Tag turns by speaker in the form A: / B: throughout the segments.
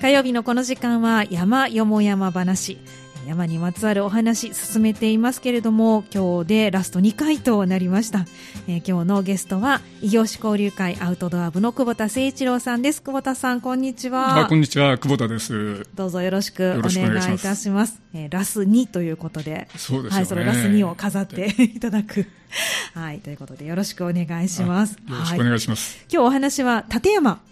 A: 火曜日のこの時間は山よも山話山にまつわるお話進めていますけれども今日でラスト2回となりました、えー今日のゲストは異業種交流会アウトドア部の久保田誠一郎さんです久保田さんこんにち
B: あ、
A: は
B: こんにちは、久保田です。
A: どうぞよろしくお
B: よろしくお
A: 願
B: 願
A: い
B: い
A: い
B: します
A: たしますえーラス2ということで
B: そうですよね。
A: はい、そのラス2を飾っていただく。 はい、ということでよろしくお願いします。
B: よろ
A: は
B: し
A: い、
B: くお
A: 今
B: 願いします。
A: 日お話は立山。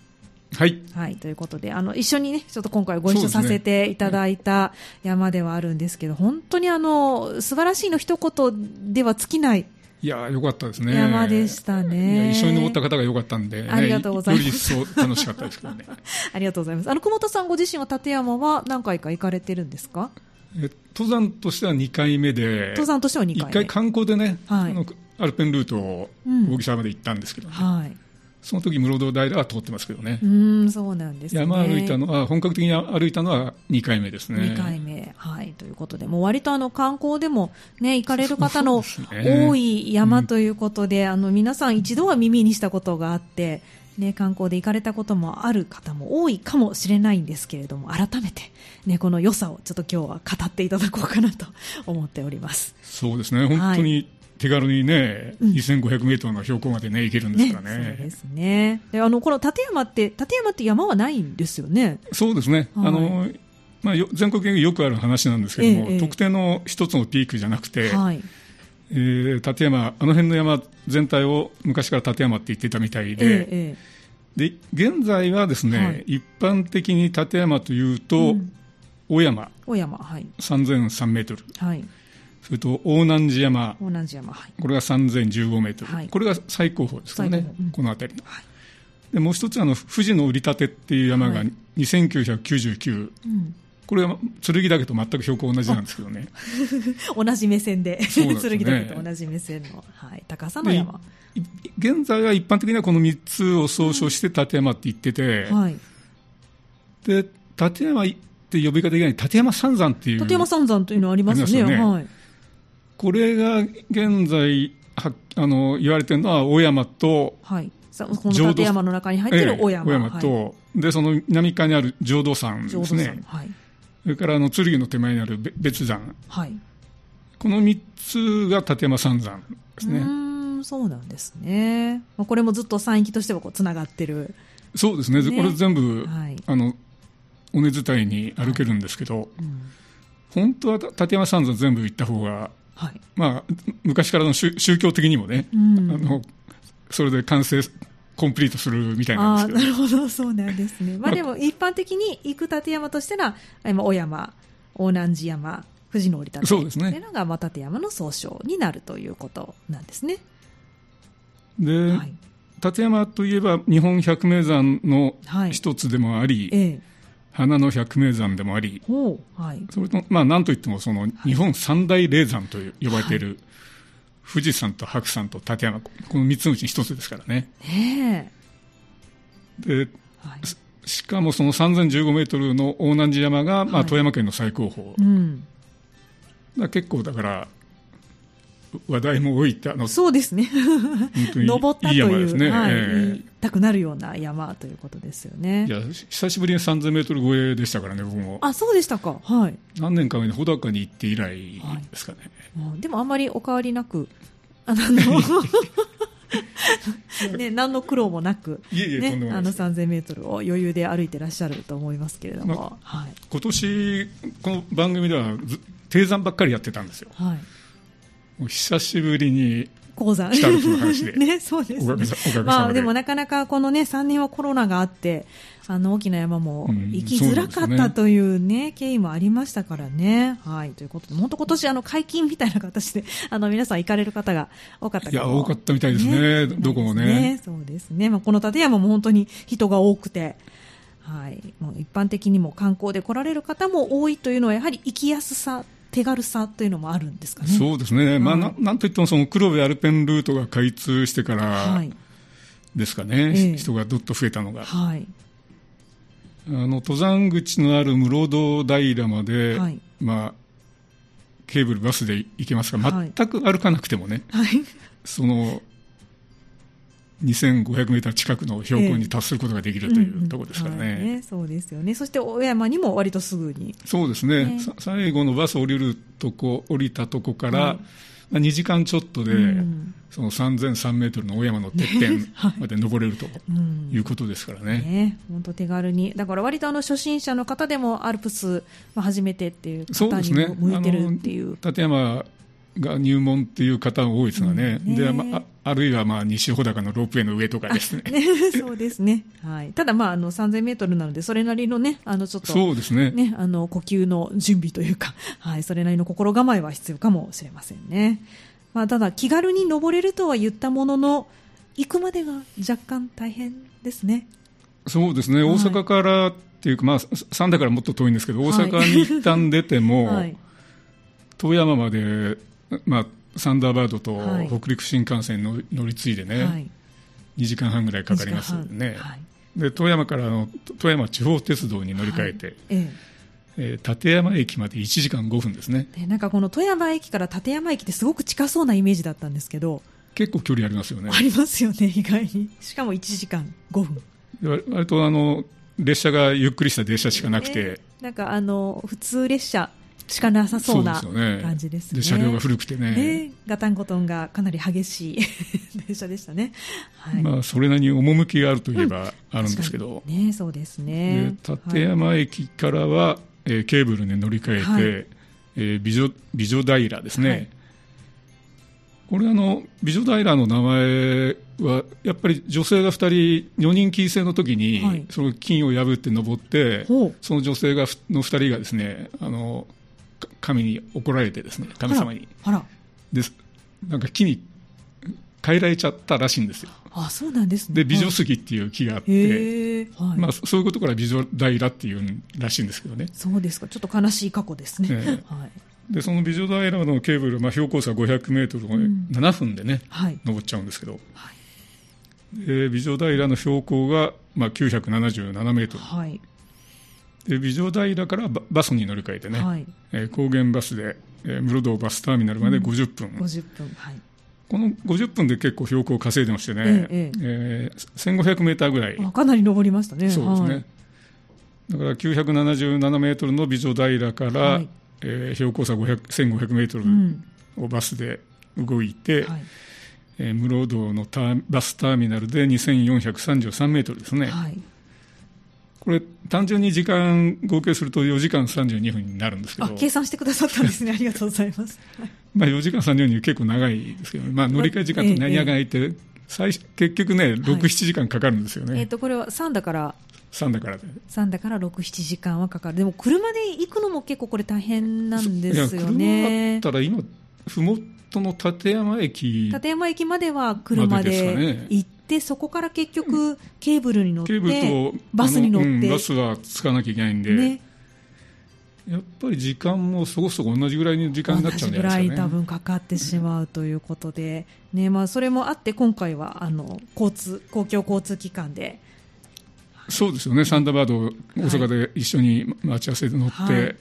B: はい。
A: はい、ということで、あの、一緒にね、ちょっと今回ご一緒
B: そ
A: さ
B: うですね
A: せていただいた山ではあるんですけど、本当にあの、素晴らしいの一言では尽きない
B: いやー、よかったですね。
A: 山でした
B: いや
A: ね。
B: 一緒に登った方が良かったんで、ね
A: ありがとうございます
B: より一層楽しかったですけどね。
A: ありがとうございます。あの、久保田さんご自身は立山は何回か行かれてるんですか
B: え登山としては2回目で、
A: 登山としては2
B: 1
A: 回
B: 回観光でね、
A: はい
B: あのアルペンルートを
A: うん
B: 大木沢まで行ったんですけど、ね
A: はい。
B: その時室堂平は通ってますけどね
A: う。ーん、そうなんですね。
B: 山歩いたのは、本格的に歩いたのは2回目ですね。
A: 2回目、はい、ということで、もう割とあの観光でも、ね、行かれる方の
B: そうですね
A: 多い山ということで、あの皆さん、一度は耳にしたことがあって、ね、観光で行かれたこともある方も多いかもしれないんですけれども、改めて、ね、この良さをちょっと今日は語っていただこうかなと思っております。
B: そうですね、本当に手軽にね、
A: うん
B: 2500メートルの標高までね、行けるん です
A: ね、
B: か
A: そう
B: ら
A: ですね。で、あの、この立山って、立山って山はないんですよね。
B: そうですね、
A: はい
B: あのまあ、よ全国的によくある話なんですけども、
A: ええええ
B: 特定の一つのピークじゃなくて、
A: はい。
B: えー立山、あの辺の山全体を昔から立山って言ってたみた
A: え
B: い
A: え
B: で、
A: ええ
B: で現在はですね、
A: はい
B: 一般的に立山という
A: う
B: と、
A: ん
B: 大山
A: 大山、はい。
B: 3003メートル、
A: はい。
B: それと大南寺山、
A: 同じ山、はい。
B: これが3015メートル、
A: はい
B: これが最高峰ですから
A: 最
B: ね
A: 高峰うん、
B: この辺りの。
A: はい
B: でもう一つあの、富士の売り立てっていう山
A: は
B: が
A: い
B: 2999、
A: うん
B: これは剣岳と全く標高同じなんですけどね。
A: 同じ目線で、
B: そうですね
A: 剣岳と同じ目線の、はい、高さの
B: で
A: 山、
B: い現在は一般的にはこの3つを総称して立山って言ってて、
A: はい、
B: で立山って呼び方以外に立山三山っていう
A: 立山三山というのはありますね、
B: ありますよね
A: はい、
B: これが現在はあの言われてるのは大山と
A: はい、さこの立山の中に入ってる
B: ええ
A: 小山、
B: と、
A: はい、
B: でその南側にある浄土山
A: 浄
B: で
A: 土
B: す
A: 山、
B: ね
A: はい、
B: それからあの剣の手前にあるべ別山
A: はい、
B: この3つが立山三山です
A: う
B: ね、
A: ーん、そうなんですね、まあ、これもずっと山域としてはこうつながってる、
B: そうですね
A: ね
B: これ全部、
A: はい
B: あの尾根伝いに歩けるんですけど、
A: うん、
B: 本当は立山三山全部行った方が
A: はい、
B: まあ、昔からの宗宗教的にもね、
A: うん
B: あのそれで完成、コンプリートするみたいなんで
A: あ
B: す
A: あー、な
B: けどね、
A: るほど、そうなんですね、まあでも一般的に行く立山としたら、今、小山、大南寺山。富士の折り立て
B: そうですね
A: っていうのが、まあ、立山の総称になるということなんですね。
B: で、
A: はい、
B: 立山といえば日本百名山の
A: はい、
B: 一つでもあり、
A: ええ、
B: 花の百名山でもあり、
A: ほう、はい、
B: それと、まあ、なんといってもその日本三大霊山と呼ばれている、富士山と白山と立山、この3つのうちに一つですからね。
A: ね
B: で
A: え、はい、
B: しかもその3015メートルの大南寺山が、ま
A: は
B: あ、
A: い
B: 富山県の最高峰、
A: うん、
B: だから結構だから話題も多いってあの
A: そうですね、
B: 本当に
A: 登ったと
B: いい山
A: い
B: ですね、
A: う、はい、
B: ええ
A: 言いたくなるような山ということですよね
B: い。や久しぶりに3000メートル超えでしたからね、僕も
A: あ、そうでしたか、はい、
B: 何年か前に穂高に行って以来ですかね、
A: うんでもあんまりお変わりなく、あの。 ね、何の苦労もなく、
B: いえいえとんで
A: ね、
B: もな
A: あ
B: い
A: の
B: です
A: 3000メートルを余裕で歩いてらっしゃると思いますけれども、はい、
B: 今年この番組ではず低山ばっかりやってたんですよ、
A: はい、
B: もう久しぶりに、
A: 鉱山
B: 北アルプスの話 で
A: ね、そうです、
B: おかげさおかげさまで
A: まあ、でもなかなかこのね、3年はコロナがあって、あの大きな山も
B: うん
A: 行きづらか
B: そう
A: っ
B: です
A: た
B: ね
A: というね、経緯もありましたからね。はい、ということで、本当今年あの解禁みたいな形で、 あの皆さん行かれる方が多かった
B: い
A: か
B: や、
A: も
B: 多かったみたいですね、どこもね。
A: そうですね。まあ、この立山も本当に人が多くて、はい。もう一般的にも観光で来られる方も多いというのは、やはり行きやすさ、手軽さというのもあるんですかね。
B: そうですね、まあ、
A: うん
B: ななんといってもその黒部アルペンルートが開通してか
A: は
B: ら
A: い。
B: ですかね、
A: ええ
B: 人がどっと増えたのが、
A: はい。
B: あの登山口のある室堂平まで、
A: はい
B: まあ、ケーブルバスで行けますが、
A: はい
B: 全く歩かなくてもね、
A: はい。
B: その2500メーター近くの標高に達することができるとい
A: んん
B: うところですから
A: はい
B: ね。
A: そうですよね。そして大山にも割とすぐに。
B: そうですね、
A: ね
B: さ最後のバス降りるとこ、降りたとこから、
A: はい
B: まあ、2時間ちょっとで、
A: うん
B: その3003メートルの大山のてっぺんまで登れると
A: うん
B: いうことですからね。
A: ね、本当手軽に、だから割とあの初心者の方でもアルプス、まあ、初めてっていう
B: そう
A: 方
B: で
A: に
B: すね
A: も。向いてるっていう、
B: あの立山が入門っていう方が多いですがね。
A: うんね
B: で、まあ、ああるいはまあ西穂高のロープウェイの上とかですね。
A: ね そうですね、はい、ただ、まあ、あの3000メートルなので、それなりのね、あのちょっと、
B: そうですね。
A: ね、あの呼吸の準備というか、 はい、それなりの心構えは必要かもしれませんね、まあ、ただ、気軽に登れるとは言ったものの、行くまでが若干大変ですね。
B: そうですね。
A: はい
B: 大阪からっていうか、まあ、三田からもっと遠いんですけど、
A: はい
B: 大阪に一旦出ても、
A: はい
B: 遠山まで、まあ、サンダーバードと
A: はい
B: 北陸新幹線の乗り継いでね、
A: はい
B: 2時間半ぐらいかかりますね。
A: はい
B: で、遠山からあの、遠山地方鉄道に乗り換えて、
A: え
B: えー立山駅まで1時間5分ですね。
A: えでなんかこの富山駅から立山駅ってすごく近そうなイメージだったんですけど、
B: 結構距離ありますよね。
A: ありますよね、意 外に。しかも1時間5分。
B: で割割とあの列車がゆっくりした列車しかなくて、
A: えーなんかあの、普通列車しかなさそうな
B: そうですよね
A: 感じですね。
B: で車両が古くてね、
A: ね、ガタンゴトンがかなり激しい 電車でしたね。はい。
B: まあ、それなりに趣があるといえばあるんですけど、
A: 確かにね、そうです
B: で
A: ね。
B: 立山駅からは、えーケーブルに乗り換えて、
A: はい
B: えー美女美女平ですね、
A: はい
B: これあの美女平の名前はやっぱり女性が2人4人禁制の時に、
A: はい
B: その金を破って登って
A: ほう
B: その女性がふの2人がですねあのか神に怒られてですね神様に
A: あら、
B: ですなんか木に変えられちゃったらしいんですよ
A: あらあ、そうなんですね。
B: で美女
A: はい
B: 杉っていう木があって、
A: へえ、はい。
B: まあ、そういうことから美女平っていうらしいんですけどね。
A: そうですか。ちょっと悲しい過去ですね。
B: え
A: はい。
B: で、その美女平のケーブル、まあ、標高差500メートルをね
A: うん
B: 7分でね、
A: はい。
B: 登っちゃうんですけど、
A: はい。
B: で美女平の標高が、まあ、977メート
A: はい。
B: ル。で、美女平からババスに乗り換えてね、
A: はい。
B: えー高原バスで、えー室堂バスターミナルまで50分。
A: 50分。はい。
B: この50分で結構標高を稼いでましてね、
A: え
B: えー1500メーターぐらい
A: あかなり登りましたね。
B: そうですね、
A: はい
B: だから977メートルの美女平から、
A: はい
B: えー標高差500 1500メート
A: う
B: ル
A: ん。
B: をバスで動いて、
A: はい。
B: えー室堂のターバスターミナルで2433メートルですね、
A: はい。
B: これ、単純に時間合計すると4時間32分になるんですけど、
A: あ、計算してくださったんですね。ありがとうございます。はい
B: まあ、4時間32分、結構長いですけどね、まあ、乗り換え時間と何やがいて、最初結局ね、6、
A: はい
B: 7時間かかるんですよ
A: えっ
B: ね、
A: と、これは3だから、
B: 三だからで。
A: 3だから6、7時間はかかる。でも、車で行くのも結構これ大変なんですよ
B: いや車だ
A: ね
B: っ。たら今、ふもとの立山駅、
A: 立山駅までは車
B: までですか
A: で
B: ね
A: 行って、そこから結局、ケーブルに乗っ
B: ケーブル
A: て
B: と、
A: バスに乗っ
B: あのうん
A: て。
B: バスはつかなきゃいけないんで、
A: ね、
B: やっぱり時間もそこそこ同じぐらいの時間になっちゃうんじゃない
A: 同じ
B: で
A: ぐら
B: す
A: い多
B: かね。
A: 分かかってしまうということで、ねまあ、それもあって今回はあの交通公共交通機関で、
B: そうですよね、サンダーバード、大阪で一緒に待ち合わせで乗って、
A: はい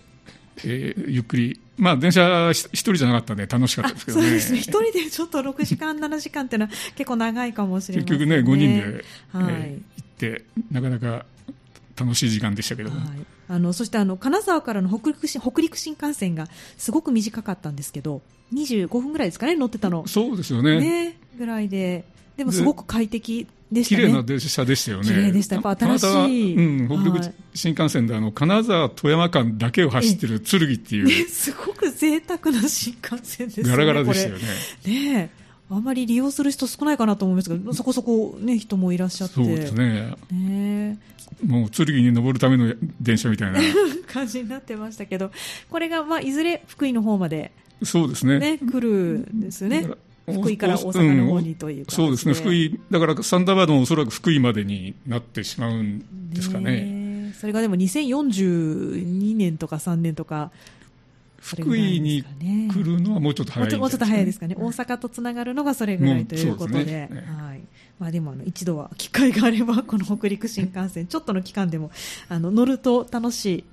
B: えーゆっくり、まあ、電車ひ一人じゃなかったんで、楽しかったですけ
A: そ
B: ど
A: う
B: ね、
A: ですね一人でちょっと6時間7時間っていうのは結構長いかもしれ
B: 結
A: ません
B: 局ね、5人で、
A: はい
B: えー行って、なかなか楽しい時間でしたけども、
A: はい、あのそしてあの金沢からの北陸新北陸新幹線がすごく短かったんですけど25分ぐらいですかね乗ってたの、
B: そうですよ
A: ね、ぐらいででもすごく快適でした
B: 綺
A: ね
B: 麗な電車でしたよね。
A: 綺麗でしたやっぱ新しい
B: たまたまうん、北
A: は
B: 陸
A: い
B: 新幹線であの、金沢富山間だけを走ってる剣って
A: ね
B: いう、
A: すごく贅沢な新幹線ですね
B: ガラガラでした
A: こ
B: よ
A: れ
B: ね。
A: ねえあんまり利用する人少ないかなと思いますけどそこそこ、ね、人もいらっしゃって
B: そうですね。
A: ね
B: もう剣に登るための電車 みたいな。
A: え感じになってましたけどこれが、まあ、いずれ福井の方まで、
B: そうですね。
A: ね、来るんですよね
B: だら
A: 福井から大阪の方にという形で
B: そうですね。福井、だからサンダーバードもおそらく福井までになってしまうんですかね。
A: ねえそれがでも2042年とか3年とかそれぐ
B: 福
A: らい
B: 井
A: で
B: に
A: すかね
B: 来るのはもうちょっと
A: も
B: 早
A: う
B: い
A: ちょ
B: み
A: もうちょっと
B: た
A: 早い
B: で
A: ですすかね、大阪とつながるのがそれぐらいということで、
B: もうそうですね
A: はいまあ、でもあの一度は機会があれば、この北陸新幹線、ちょっとの期間でもあの乗ると楽し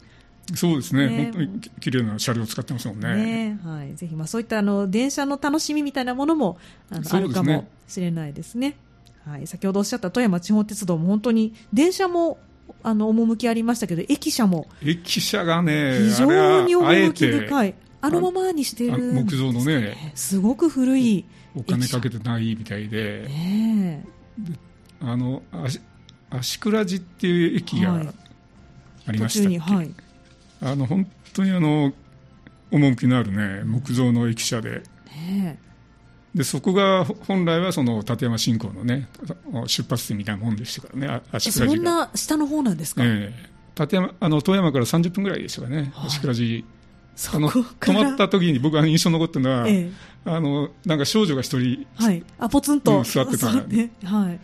B: ね。そうですね。
A: ね
B: 本当にき綺麗な車両を使ってますもん
A: い、
B: ね。
A: ねはい、ぜひ、まあ、そういったあの電車の楽しみみたいなものもあの、あ
B: そう
A: る
B: ですね
A: かもしれないですね。はい、先ほどおっしゃった富山地方鉄道も本当に電車もあの趣ありましたけど駅舎も
B: 駅舎がね、
A: 非
B: あれ
A: 常
B: は
A: に
B: あえ
A: 趣
B: て
A: 深いあのままにしているんです
B: あ木造のね
A: すごく古い
B: お金かけてないみたいで、
A: ね
B: あの、足足倉寺っていう駅が
A: はい
B: あ
A: え
B: り
A: 途
B: ました
A: 中
B: っ
A: に
B: け、
A: はい
B: あの本当にあの趣のあるね木造の駅舎で
A: ね
B: でそこがほ本来はその立山信仰のね出発点みたいなもんでしたからねあ
A: え
B: 足
A: そん
B: 倉寺が、
A: な下の方なんですか、
B: ええ立山あの富山から30分ぐらいでしたかね、
A: はい
B: 足倉寺
A: そ
B: あの
A: こ
B: 泊
A: から
B: まった時に僕が印象に残ったのは、
A: ええ
B: あのなんか少女が一人
A: はい、あポツンと、
B: うん座ってた
A: てはい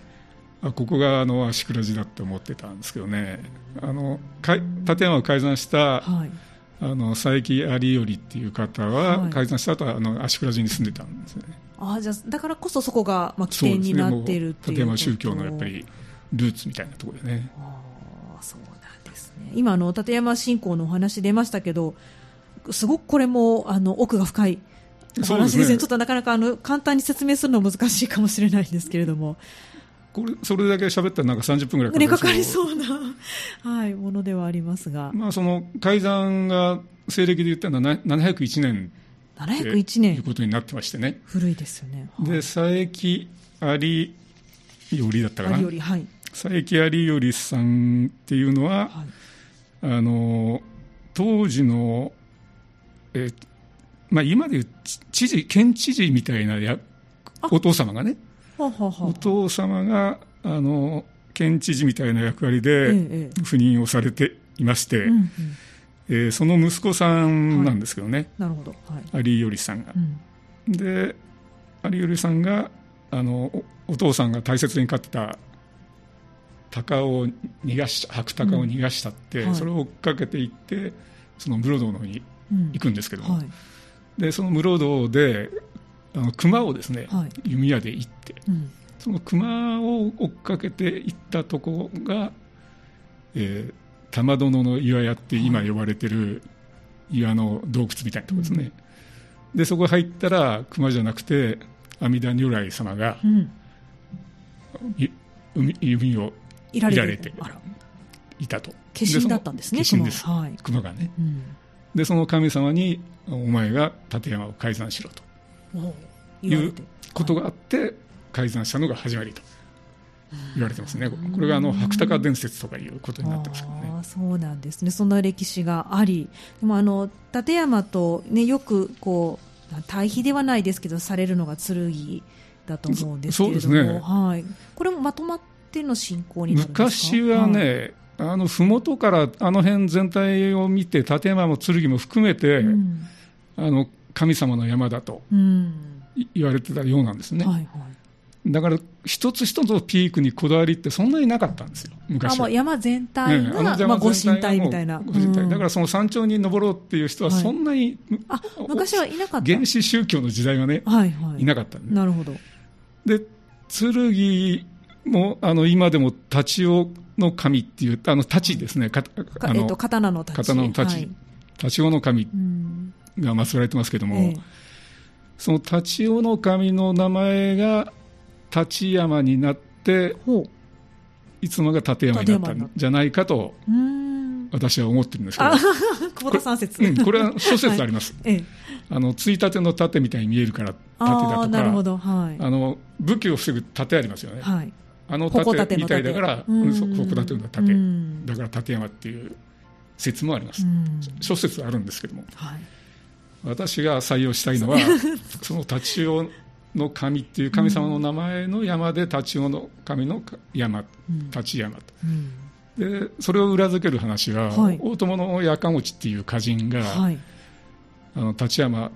B: あここがあの足倉寺だって思ってたんですけどねあのかい立山を改ざんした
A: はい
B: あの佐伯有頼っていう方は、
A: はい
B: 改ざんした後はあの足倉寺に住んでたんですね
A: あじゃあだからこそそこが、まあ、起
B: そう
A: 点
B: です
A: に
B: ね
A: な
B: も
A: っ
B: う
A: ているっていう
B: 立山宗教
A: こ
B: の
A: と
B: やっぱりルーツみたいなところでね
A: ああそうなんですね今あの立山信仰のお話出ましたけどすごくこれもあの奥が深いお
B: そうで
A: 話
B: す
A: で
B: ね
A: すねちょっとなかなかあの簡単に説明するのは難しいかもしれないんですけれども
B: これそれだけ喋ったらなんか30分ぐらい
A: ねかかり
B: う
A: そうな、はい、ものではありますが、
B: まあその改ざんが西暦で言ったらな701年って
A: 701
B: いう
A: 年
B: ことになってましてね
A: 古いですよね
B: で佐伯有頼だったか
A: あ
B: な
A: りよりはい、
B: 佐伯有頼さんっていうの
A: は
B: は、
A: い、
B: あの当時の、えーまあ、今でいう知知事県知事みたいなや
A: あ
B: お父様がね
A: はあはあは
B: お
A: あ
B: 父様があの県知事みたいな役割で
A: ええ
B: 赴任をされていまして、
A: うんうん、
B: えーその息子さんなんですけどね、
A: なるほどはい、
B: 有頼さんが
A: う。ん、
B: で有頼さんがあのおお父さんが大切に飼ってた鷹を逃がした白鷹を逃がしたって、
A: うんはい
B: それを追っかけていってその室堂の方に
A: うん
B: 行くんですけども、
A: はい
B: でその室堂であの熊をですね、
A: はい
B: 弓矢で行って
A: うん
B: その熊を追っかけていったとこが、えー玉殿の岩屋って今呼ばれてる岩の洞窟みたいなところですね、でそこ入ったら熊じゃなくて阿弥陀如来様が
A: うん、
B: ゆ弓弓を
A: いら
B: い
A: れ
B: ら
A: る
B: れて
A: あら
B: いたと化
A: 化身だったんですね
B: 化身です
A: 熊ははい
B: 熊がね
A: うん
B: でその神様にお前が立山を改ざんしろと
A: おう
B: い
A: 言われ
B: う
A: て
B: ことがあって改ざんしたのが始まりと言われてますね、これがあの白鷹伝説とかいうことになってますけどね
A: あ。ーそうなんですねそんな歴史がありでもあの立山と、ね、よくこう対比ではないですけどされるのが剣だと思うんですけれど
B: そそうです
A: も、
B: ね
A: はい、これもまとまっての進行になるんですか
B: 昔は、
A: い
B: ね、あの麓からあの辺全体を見て、立山も剣も含めて、
A: うん
B: あの神様の山だと
A: うん
B: い言われてたようなんですね、
A: はいはい、
B: だから一つ一つのピークにこだわりって、そんなになかったんですよ、
A: あ
B: 昔
A: ま
B: は。
A: あ山全体
B: ええ
A: が、
B: あの
A: ま
B: 山
A: あ、ご
B: 全
A: 神
B: 体
A: 体
B: が
A: み
B: もう
A: たいな
B: ご神体
A: うん
B: だからその山頂に登ろうっていう人は
A: はい
B: そんなに、
A: あ昔はいなかった
B: 原始宗教の時代はね、
A: はいはい
B: いなかったんで
A: なるほど
B: で剣もあの今でも太刀をの神っていうあの太刀ですねか
A: か
B: あ
A: え
B: の
A: っと刀の太刀
B: 刀の太
A: は
B: 刀
A: い
B: 太刀の神
A: うん
B: が祀られてますけども、
A: ええ
B: その太刀の神の名前が立山になって
A: ほう
B: いつもが立山になった
A: 立山になっ
B: ん
A: た
B: じゃないかと
A: うーん
B: 私は思ってるんですけど
A: あ 久保田三節
B: うんこれは諸説あります、
A: ええ
B: あのついたての盾みたいに見えるから盾だと
A: あ
B: か
A: あなるほどはい
B: あの武器を防ぐ盾ありますよね、
A: はい
B: あの
A: 矛盾
B: 盾
A: の盾
B: みたいだから、
A: うん
B: うんそう矛盾の盾、
A: うん
B: だから立山っていう説もあります、
A: うん
B: 諸説あるんですけども、
A: はい
B: 私が採用した いのは、その立ち尾の神っていう神様の名前の山で、立ち尾の神の山、
A: うん
B: 立ち山と。
A: うん
B: でそれを裏付ける話は、
A: はい
B: 大友のやかもちっていう歌人が、
A: はい
B: あの立山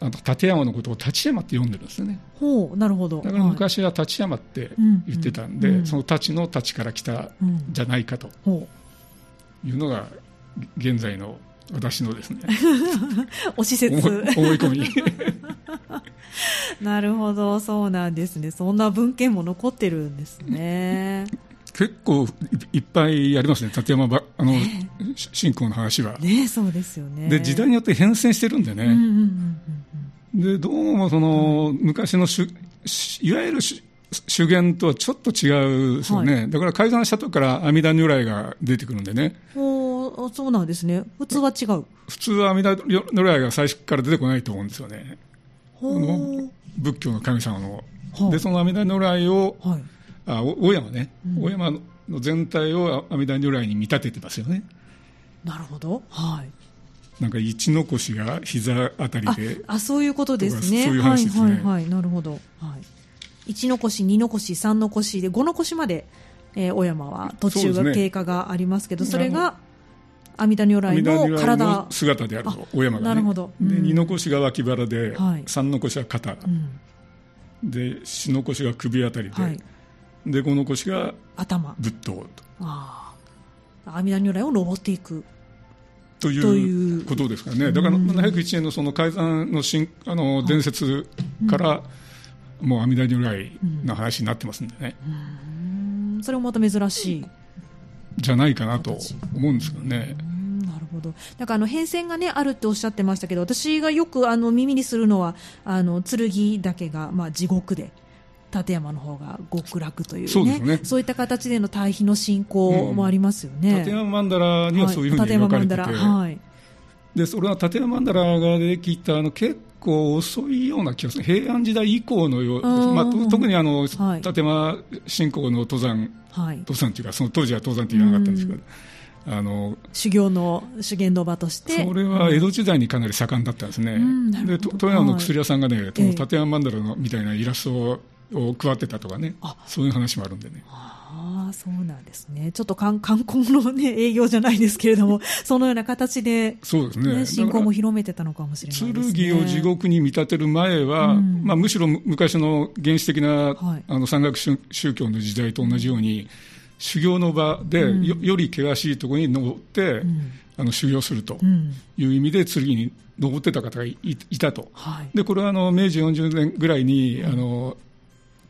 B: あの立山のことを立山って呼んでるんですよね
A: ほうなるほど
B: だから
A: はい
B: 昔は立山って言ってたんで、
A: うんうん
B: その立ちの立ちから来た
A: うん
B: じゃないかと
A: ほ
B: いうのが現在の私のです ね
A: うお施
B: 思い
A: 設
B: 思い込み
A: なるほどそうなんですねそんな文献も残ってるんですね
B: 結構いいっぱいありますね立山ばあの、し信仰の話は、
A: ねそうですよね
B: で時代によって変遷してるんで
A: うんうん
B: ね、
A: うんうんうん
B: でどうもその昔のしゅしいわゆるし修験とはちょっと違うですよね、
A: は
B: だから改ざんしたとこから阿弥陀如来が出てくるんでね、
A: おーそうなんですね。普通は違う。
B: 普通は阿弥陀如来が最初から出てこないと思うんですよね、
A: ほー
B: 仏教の神様の。
A: はあ
B: で、その阿弥陀如来を、
A: はい。
B: あお大山ね、大山の全体を阿弥陀如来に見立ててますよね、
A: なるほど。はい。
B: なんか一残しが膝あたり
A: あ
B: で、
A: あそういうことですね。
B: とかそういう話ですね
A: はいはいはい。なるほど。はい。1残し、2残し、3残しで5残しまで、えー、小山は途中
B: そう
A: が
B: ですね
A: 経過がありますけど、そ,、れ
B: あ
A: が阿弥陀如
B: 阿
A: 来
B: 弥陀如
A: の
B: 来
A: 体。
B: の姿であると
A: あ、
B: 大山が、ね。
A: なるほどうん
B: で二残しが脇腹で、
A: はい
B: 三残しは肩、
A: うん
B: で四残しが首あたりで、
A: はい。
B: で五残しが
A: 頭。
B: 仏頭と。
A: ああ。阿弥陀如来を登っていく。
B: と
A: と
B: い
A: いうう
B: ことですからね、だから701年のその改ざんの新あの伝説から、もう阿弥陀如来の話になってますんでね、
A: うんそれもまた珍しい。
B: じゃないかなと思うんですけどね、
A: うんなるほど。なんかあの変遷がねあるっておっしゃってましたけど、私がよくあの耳にするのはあの剣だけがまあ地獄で。立山の方が極楽というね
B: そうですね
A: そういった形での対比の進行もありますよね。
B: 立山曼荼羅にはそういうふうに
A: 立山
B: 描かれ
A: 曼
B: て
A: 荼
B: て、
A: 羅はい。
B: でそれは立山曼荼羅ができたあの結構遅いような気がする、平安時代以降のよ
A: う
B: う、
A: ん
B: まあ、と特にあの、
A: はい
B: 立山信仰の登山、
A: はい。
B: 登山というか、その当時は登山って言わなかったんですけど。あの
A: 修行の修験の場として。
B: それは江戸時代にかなり盛んだったんですね、
A: んなる
B: で
A: ほど
B: と富山の薬屋さんがね、その
A: ええ
B: 立山曼荼羅のみたいなイラストを配ってたとかね
A: あ、
B: そういう話もあるんでね、
A: ああ、そうなんですね。ちょっと観観光のね、 営業じゃないですけれども、そのような形で、
B: そうですね、
A: ね、信仰も
B: だか
A: 広めてたのかもしれ
B: ら
A: ないですね。
B: 剣を地獄に見立てる前は、
A: うん
B: まあ、むしろ昔の原始的な、
A: はい
B: あの山岳宗宗教の時代と同じように、修行の場でよ,、
A: うん
B: より険しいところに登って、
A: うん
B: あの修行すると
A: うん。
B: いう意味で、剣に登ってた方がいいいたと。
A: はい。
B: でこれはあの明治40年ぐらいに、あの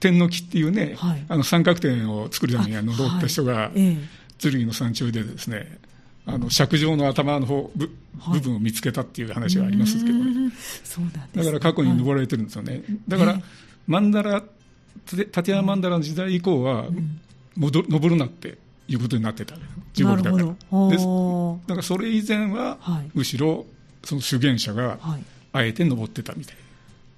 B: 天の木っていうね、
A: はい
B: あの三角点を作るためにあの
A: あ
B: 登った人が、
A: ええ、
B: 剣の山頂でですねあの尺状の頭の方ぶ、
A: はい
B: 部分を見つけたっていう話がありますけど
A: う
B: ね、
A: ーんそうなんです
B: だ
A: ね
B: から過去に
A: はい
B: 登られてるんですよね、だから、
A: ええ
B: 曼荼羅立立山曼荼羅の時代以降は、戻登るなっていうことになってた地獄だか
A: な
B: ら
A: るほ
B: です
A: ど
B: だからそれ以前は、
A: あーはい
B: むしろその修験者が
A: はい
B: あえて登ってたみたいな。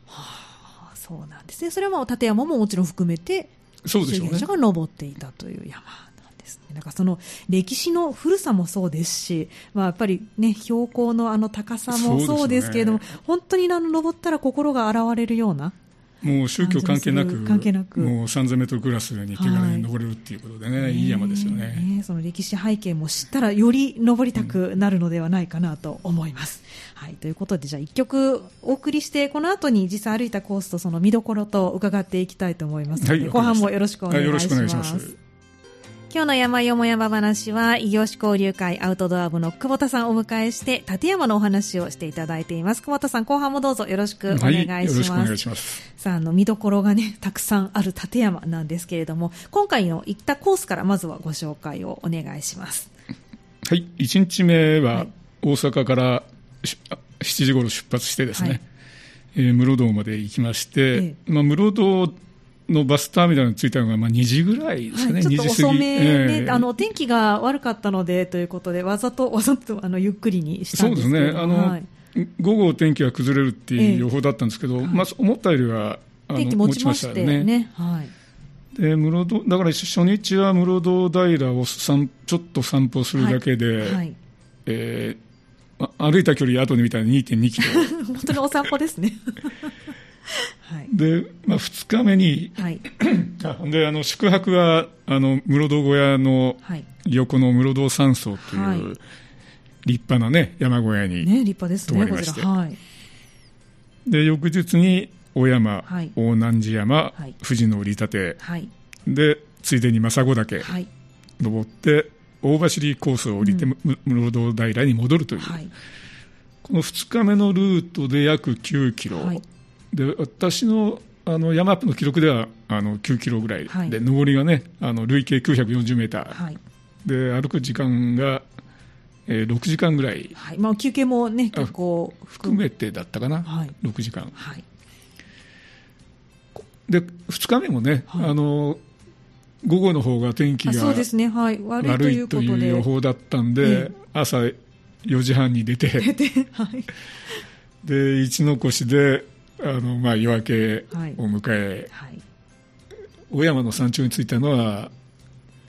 A: あーそうなんですねそれはまあ立山ももちろん含めて
B: そうでしょうね
A: 者が登っていたという山なんですねなんかその歴史の古さもそうですし、まあ、やっぱりね標高のあの高さも
B: そ
A: そうう
B: で
A: ですす
B: ね
A: けれども、本当にあの登ったら心が現れるような
B: もう宗教関係な
A: 感じ
B: く、
A: の関係なく
B: もう3000メートルクラスに手軽に登れるっていうことでね、い、い山ですよね。
A: ねその歴史背景も知ったらより登りたくなるのではないかなと思います。はい、ということでじゃあ一曲お送りしてこの後に実際歩いたコースとその見どころと伺っていきたいと思いますので、
B: はいわか
A: 後
B: りました
A: 半もよろしくお願いします。
B: はいよろしくお願いします
A: 今日の山よも山話は、異業種交流会アウトドア部の久保田さんをお迎えして、立山のお話をしていただいています。久保田さん、後半もどうぞよろしくお願いします。
B: よろしくお願いします。
A: さあ、あの、見どころがね、たくさんある立山なんですけれども、今回の行ったコースからまずはご紹介をお願いします。
B: はい、1日目
A: は
B: はい大阪からしあ7時頃出発してですね、
A: はい
B: えー室堂まで行きまして、
A: え
B: まあ、室堂のバスターミナルに着いたのがまあ2時ぐらいですか
A: は
B: ね、
A: い、ち
B: 2
A: ょっと
B: 時過
A: 遅
B: ぎ。
A: め
B: え
A: で、
B: ー
A: あの、天気が悪かったのでということで、わざと、わざと、あの、ゆっくりにした
B: そ
A: ん
B: う
A: で
B: で
A: すすけ
B: ね
A: れ、ど
B: あ
A: も
B: の、
A: はい
B: 午後、天気が崩れるっていう予報だったんですけど、まあ、思ったよりはあの
A: 天気持ちましてね。はい。
B: で室堂だから初日は室堂平を散ちょっと散歩するだけで、
A: はい。
B: えーあ歩いた距離、後で見たら2.2 キロ
A: 本当にお散歩です ね。はい。
B: で、まあ、2日目に、
A: はい。
B: あ であの宿泊はあの室堂小屋の
A: はい。
B: 横の室堂山荘と
A: はい
B: いう立派な、ね、山小屋に、
A: ね、立派ですね、
B: 止ま
A: こ
B: りまし
A: ち
B: て
A: ら。はい。
B: で翌日に大山、
A: はい
B: 大南寺山、
A: はい
B: 富士の売り立て
A: はい。
B: で、ついでに政子岳、
A: はい。
B: 登って、大走コースを降りて、む室堂平に戻るという。
A: はい。
B: この2日目のルートで約9キロ、
A: はい
B: で私のあの山アップの記録ではあの9キロぐらいで、
A: はい
B: 上りがね、あの累計940メーター、
A: はい。
B: で歩く時間が、えー6時間ぐらい
A: はい。まあ、休憩もね、結構
B: 含めてだったかな、
A: はい
B: 6時間。
A: はい。
B: でで2日目もね、
A: はい
B: あの午後の方が天気
A: あそう
B: が
A: ですね、はい、悪いと
B: 悪
A: い
B: いう
A: こと
B: という
A: で。
B: 予報だったん
A: え
B: で、朝4時半に出て、
A: 出て、 はい、
B: で一の越であの、まあ、夜明けを迎え、
A: はい、
B: 小山の山頂に着いたのは、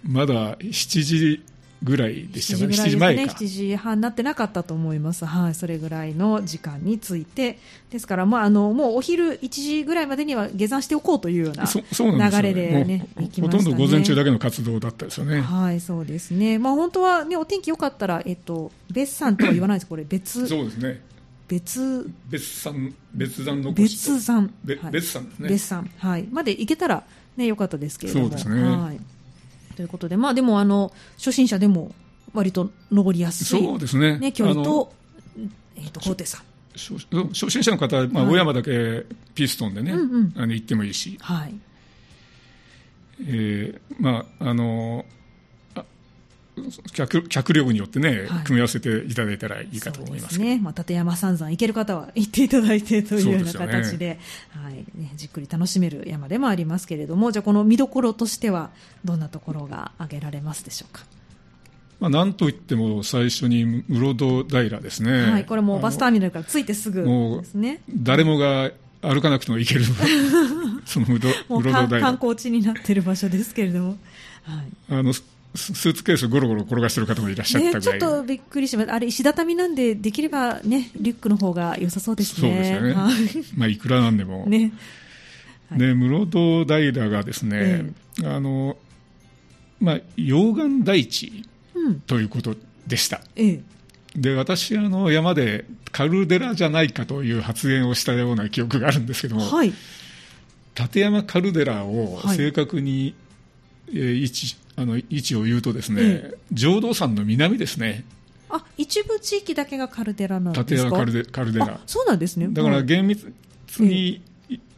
B: まだ7時ぐらいでしたかね、7時
A: ぐらい
B: 前
A: です
B: か
A: ね、。7時半になってなかったと思います、はい、それぐらいの時間について、ですから、まあ、あのもうお昼1時ぐらいまでには下山しておこうというような、
B: そそうなんですよね
A: 流れでね
B: もう
A: 行き
B: ほ
A: ま
B: と
A: し
B: ん
A: たね
B: ど午前中だけの活動だったですよね。
A: はい、そうですね、まあ、本当は、ね、お天気良かったら、えっと、別山とは言わないです、これ、別、
B: そうですね。
A: 別、
B: 別山別山残しと
A: 別山、
B: べ
A: はい
B: 別山ですね。
A: 別山、はい、まで行けたら、ね、よかったですけれども。
B: そうですね
A: はい、ということで、まあ、でもあの初心者でも割と登りやす
B: そう
A: い、
B: ですね。
A: ね、距離
B: あの
A: と、えー、と高低差、
B: 初初心者の方は、まあ、
A: はい
B: 小山だけピストンでね、
A: うんうん
B: あの行ってもいいし、
A: はい
B: えーまああのあ脚脚力によってね、
A: はい
B: 組み合わせていただいたらいいかと思います
A: そうですね、まあ、立山三山行ける方は行っていただいてというような
B: そうです
A: 形
B: よ
A: ではいね、じっくり楽しめる山でもありますけれどもじゃあこの見どころとしてはどんなところが挙げられますでしょうか、
B: まあ、なんといっても最初に室戸平ですね、
A: はい、これもうバスターミナルから着いてすぐ
B: もう
A: ですね
B: あの誰もが歩かなくても 行けるその室
A: も
B: 戸
A: うか
B: 室
A: ん
B: 戸
A: 観
B: 平
A: 光地になってる場所ですけれども、はい
B: あのススーツケースゴロゴロ転がしてる方もいらっしゃっ
A: ね、
B: たぐ
A: ちょ
B: ら
A: っ
B: い、
A: とびっくりしましたあれ石畳なんでできれば、ね、リュックの方が良さそうです
B: そうです
A: ね
B: よね
A: は、
B: まあ、いくらなんでも
A: い、ねはい
B: で室戸平がですね、あのまあ、溶岩台地
A: うん
B: ということでした。
A: ええ
B: で私あの山でカルデラじゃないかという発言をしたような記憶があるんですけども、
A: はい
B: 立山カルデラを
A: はい
B: 正確に、えー位置あの位置を言うとですね、
A: え
B: 浄土山の南ですね
A: あ一部地域だけがカルデラなんですか
B: 立山カルデカルデラ
A: あそうなんですね
B: だから
A: はい
B: 厳密に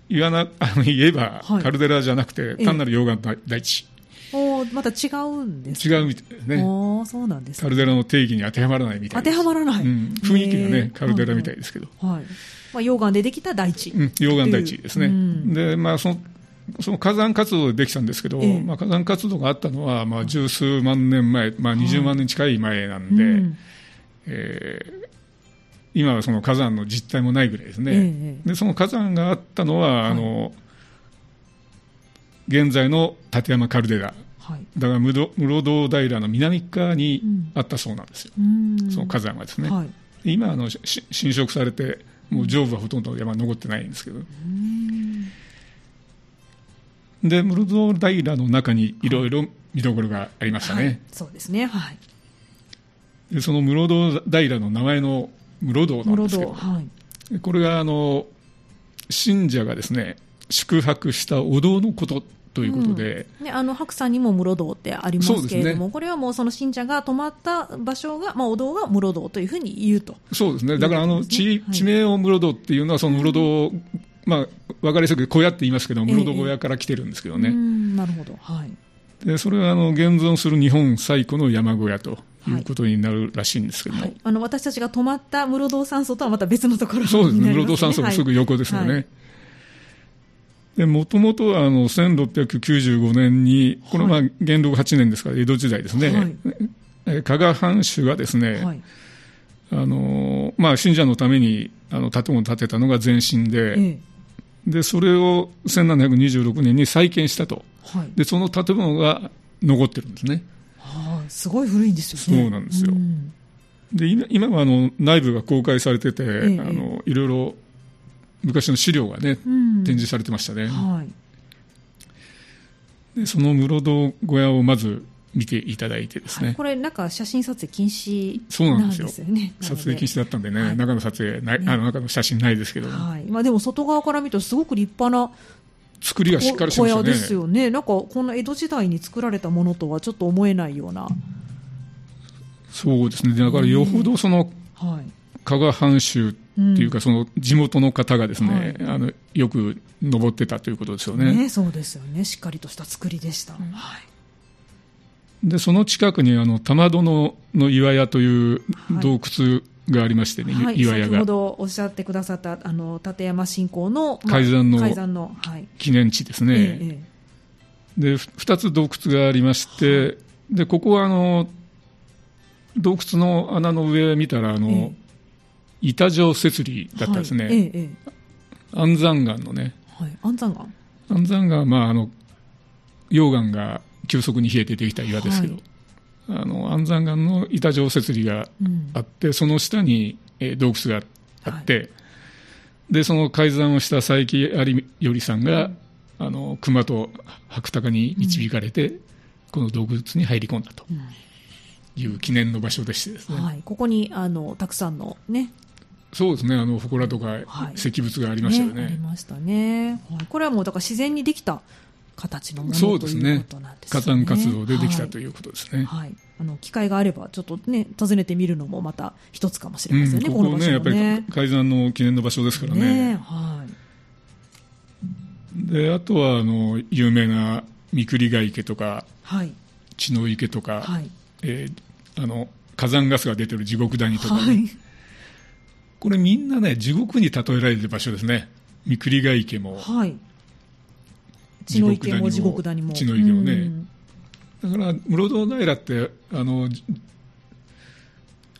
B: 言わな あの言えば、
A: はい
B: カルデラじゃなくて
A: え
B: 単なる溶岩大大地、
A: おーまた違うんです
B: 違うみたいね
A: ああそうなんです
B: カルデラの定義に当てはまらないみた
A: 当
B: いで
A: て
B: す
A: はまらない、
B: うん、雰囲気が
A: へ
B: ね
A: ー
B: カルデラみたいですけど、
A: うんうんはいまあ、溶岩でできた大地、
B: うん、溶岩台地ですね、
A: うん
B: でまあ、そのその火山活動でできたんですけど、
A: ええ
B: まあ、火山活動があったのは、まあ、十数万年前、まあ、20万年近い前なんで、
A: うん
B: えー今はその火山の実態もないぐらいですね、
A: ええ
B: でその火山があったのは、
A: はい
B: あの現在の立山カルデラ、
A: はい
B: だから室室堂平の南側にあったそうなんですよ、
A: うん
B: その火山がですね。
A: はい
B: 今あのしし侵食されてもう上部はほとんど山残ってないんですけど、
A: うん
B: で室堂平の中にいろいろ見どころがありましたね、
A: はい、そうですねはい
B: でその室堂平の名前の室堂なんで
A: 室
B: すけど、
A: 堂はい
B: これがあの信者がですね宿泊したお堂のことということで、
A: ね、あの白山にも室堂ってありま
B: そう
A: す
B: です
A: け
B: ね
A: れども、これはもうその信者が泊まった場所が、まあ、お堂が室堂というふうに言うと、
B: そうですねだからあ
A: い
B: の
A: いですね
B: 地
A: はい
B: 地名を室堂っていうのはその室堂、まあ、分かりやすく小屋って言いますけど
A: ええ
B: 室堂小屋から来てるんですけど
A: う
B: ね、
A: んなるほど、はい
B: でそれはあの現存する日本最古の山小屋ということになるらしいんですけども、
A: はい、あの私たちが泊まった室堂山荘とはまた別のところ
B: そうです
A: に
B: ね、
A: なり
B: 室
A: ま
B: 戸山荘のすぐ横ですよね。
A: はい
B: でもともとはあの1695年に、これはまあ元禄8年ですから、江戸時代ですね、
A: はい
B: え加賀藩主がですね、
A: はい
B: あのまあ、信者のためにあの建物を建てたのが前身で、
A: ええ
B: でそれを1726年に再建したと、
A: はい
B: でその建物が残ってるんですね、
A: はいすごい古いんですよね。
B: そうなんですよ
A: ん
B: で今今はあの内部が公開されてて、
A: ええ
B: あのいろいろ昔の資料が、ね、
A: うん
B: 展示されてましたね。
A: はい
B: でその室堂小屋をまず見ていただいてですね、
A: はい、これ、なんか写真撮影禁止
B: そう
A: な
B: なんん
A: で
B: ですよ
A: すよね。
B: 撮影禁
A: 止
B: 止だったんでね、
A: はい
B: 中の撮影ない、
A: ね
B: あの中の写真ないですけど、
A: はいまあ、でも外側から見ると、すごく立派な
B: 作りがしっかりして
A: 小
B: ました
A: 屋
B: ね
A: ですよね、なんかこんな江戸時代に作られたものとはちょっと思えないような、
B: そうですねだからよほどその
A: はい、
B: 加賀藩主っていうか、その地元の方がですね、あのよく登ってたということですよね
A: ね、そうですよね、しっかりとした作りでした。はい
B: でその近くにあの玉殿の岩屋という
A: はい
B: 洞窟がありましてね、
A: はい、
B: 岩屋
A: 先
B: が
A: ほどおっしゃってくださったあの立山信仰の、
B: 開山の
A: 改ざんの、はい
B: 記念地ですね、
A: えええ
B: で2つ洞窟がありまして、でここはあの洞窟の穴の上見たらあの、
A: ええ
B: 板状節理
A: え
B: だったですね、
A: はいええええ
B: 安山岩のね
A: はい、安山岩
B: 安山岩は、まあ、あの溶岩が急速に冷えてできた岩ですけど、
A: はい
B: あの安山岩の板状節理が
A: うん
B: あってその下に、えー洞窟があって、でその改ざんをした佐伯有頼さんが、あの熊と白鷹に導かれて、この洞窟に入り込んだという記念の場所でしてですね、
A: はい、ここにあのたくさんのね
B: そうですねあの祠とか
A: はい
B: 石仏がありましたよね,、
A: ありましたね、はい、これはもうだから自然にできた形のものとい
B: そう
A: う
B: で
A: こと
B: す
A: なんです
B: ね
A: ね
B: 火山活動でできたと
A: いう、
B: いうことです
A: は
B: ね、
A: いはいあの機会があればちょっとね訪ねてみるのもまた一つかもしれませ
B: うんん、
A: ね、
B: こ
A: この
B: こ
A: 場
B: ね、や
A: 所
B: っ
A: も
B: ぱり
A: ね
B: 改ざんの記念の場所ですから
A: ね
B: ね、
A: はい
B: であとはあの有名な三栗ヶ池とか、
A: はい
B: 血の池とか、
A: はい
B: えーあの火山ガスが出てる地獄谷とかね、
A: はい
B: これみんなね地獄に例えられてる場所ですね三栗ヶ池も
A: はい血の池も地
B: 地
A: 獄
B: 獄
A: 谷
B: 谷
A: も
B: も地の池もね
A: うん
B: だから室堂平ってあのじ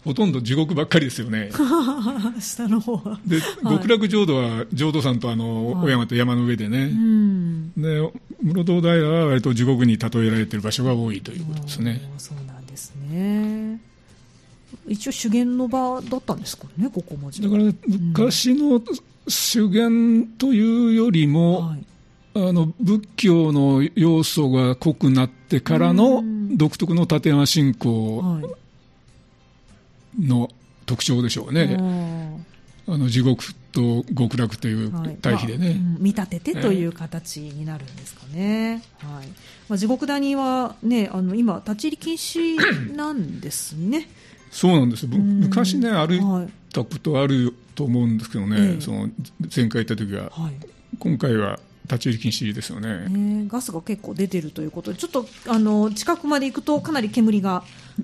B: ほとんど地獄ばっかりです よね
A: 下の方は
B: で
A: い
B: 極楽浄土は浄土山とあの、
A: はい
B: 小山と山の上で
A: う
B: ね、
A: ん
B: で室堂平は割と地獄に例えられてる場所が多いということですね、
A: うんそうなんですね一応修験の場だったんですかねここも
B: だから昔の修験というよりも、
A: はい
B: あの仏教の要素が濃くなってから
A: う
B: の
A: ん
B: 独特の立山信仰
A: はい
B: の特徴でしょうね、あの地獄と極楽とい
A: う
B: う
A: んはい
B: 対比でね、
A: まあうん見立ててという形になるんですかね、はいまあ、地獄谷は、ね、あの今、立ち入り禁止なんですね、
B: そうなんですよ、ぶ
A: うん
B: 昔ね、歩い
A: はい
B: たことあると思うんですけどね、
A: ええ
B: その前回行った時は、
A: はい
B: 今回は立ち入り禁止ですよね、
A: ね、ガスが結構出てるということで、ちょっとあの近くまで行くと、かなり煙が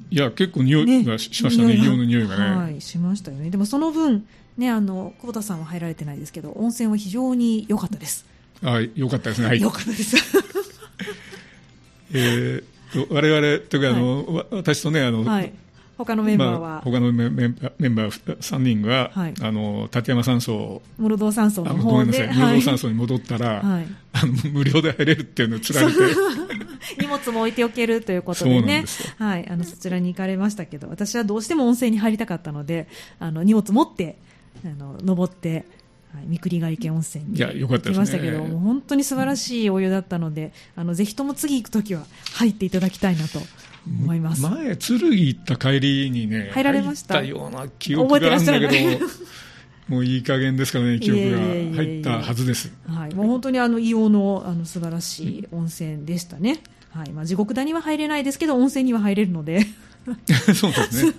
B: いや、結構匂いがししましたね、
A: 匂い
B: 硫
A: が
B: 黄の匂いがね。
A: はい、しましたよね。でもその分、ね、あの、久保田さんは入られてないですけど、温泉は非常に良かったです。
B: あよかったですね、はい
A: 良、かった です。
B: えー、と我々というかあの、わ私とねあの、
A: はい。他のメンバー
B: まあ、
A: は、
B: 他のメンメンバーメンバー3人が、
A: はい
B: あの立山山荘
A: 室堂山荘
B: あ
A: の
B: ご
A: 方
B: めんなさ
A: で、
B: い室
A: は
B: 堂
A: い
B: 山荘に戻ったら、
A: はい
B: あの無料で入れるっていうのをつられて
A: 荷物も置いておけるということ
B: そ
A: で
B: うなん
A: ね
B: ですよ、
A: はい、あのそちらに行かれましたけど、私はどうしても温泉に入りたかったので、あの荷物持って、あの登って、はい、三栗ヶ池温泉に
B: いやよかっ
A: 行き
B: たですね
A: ましたけど、もう本当に素晴らしいお湯だったので、あのぜひとも次行くときは入っていただきたいなと思います。
B: 前鶴行った帰りにね
A: 入られました
B: 入ったような記憶があるんだけ
A: 覚えてらっしゃ
B: どもういい加減ですからね記憶が
A: いえいえいえいえ
B: 入ったはずです
A: はい、もう本当にあの硫黄のあの素晴らしい温泉でしたね。はい、まあ地獄谷は入れないですけど温泉には入れるので。
B: そうですね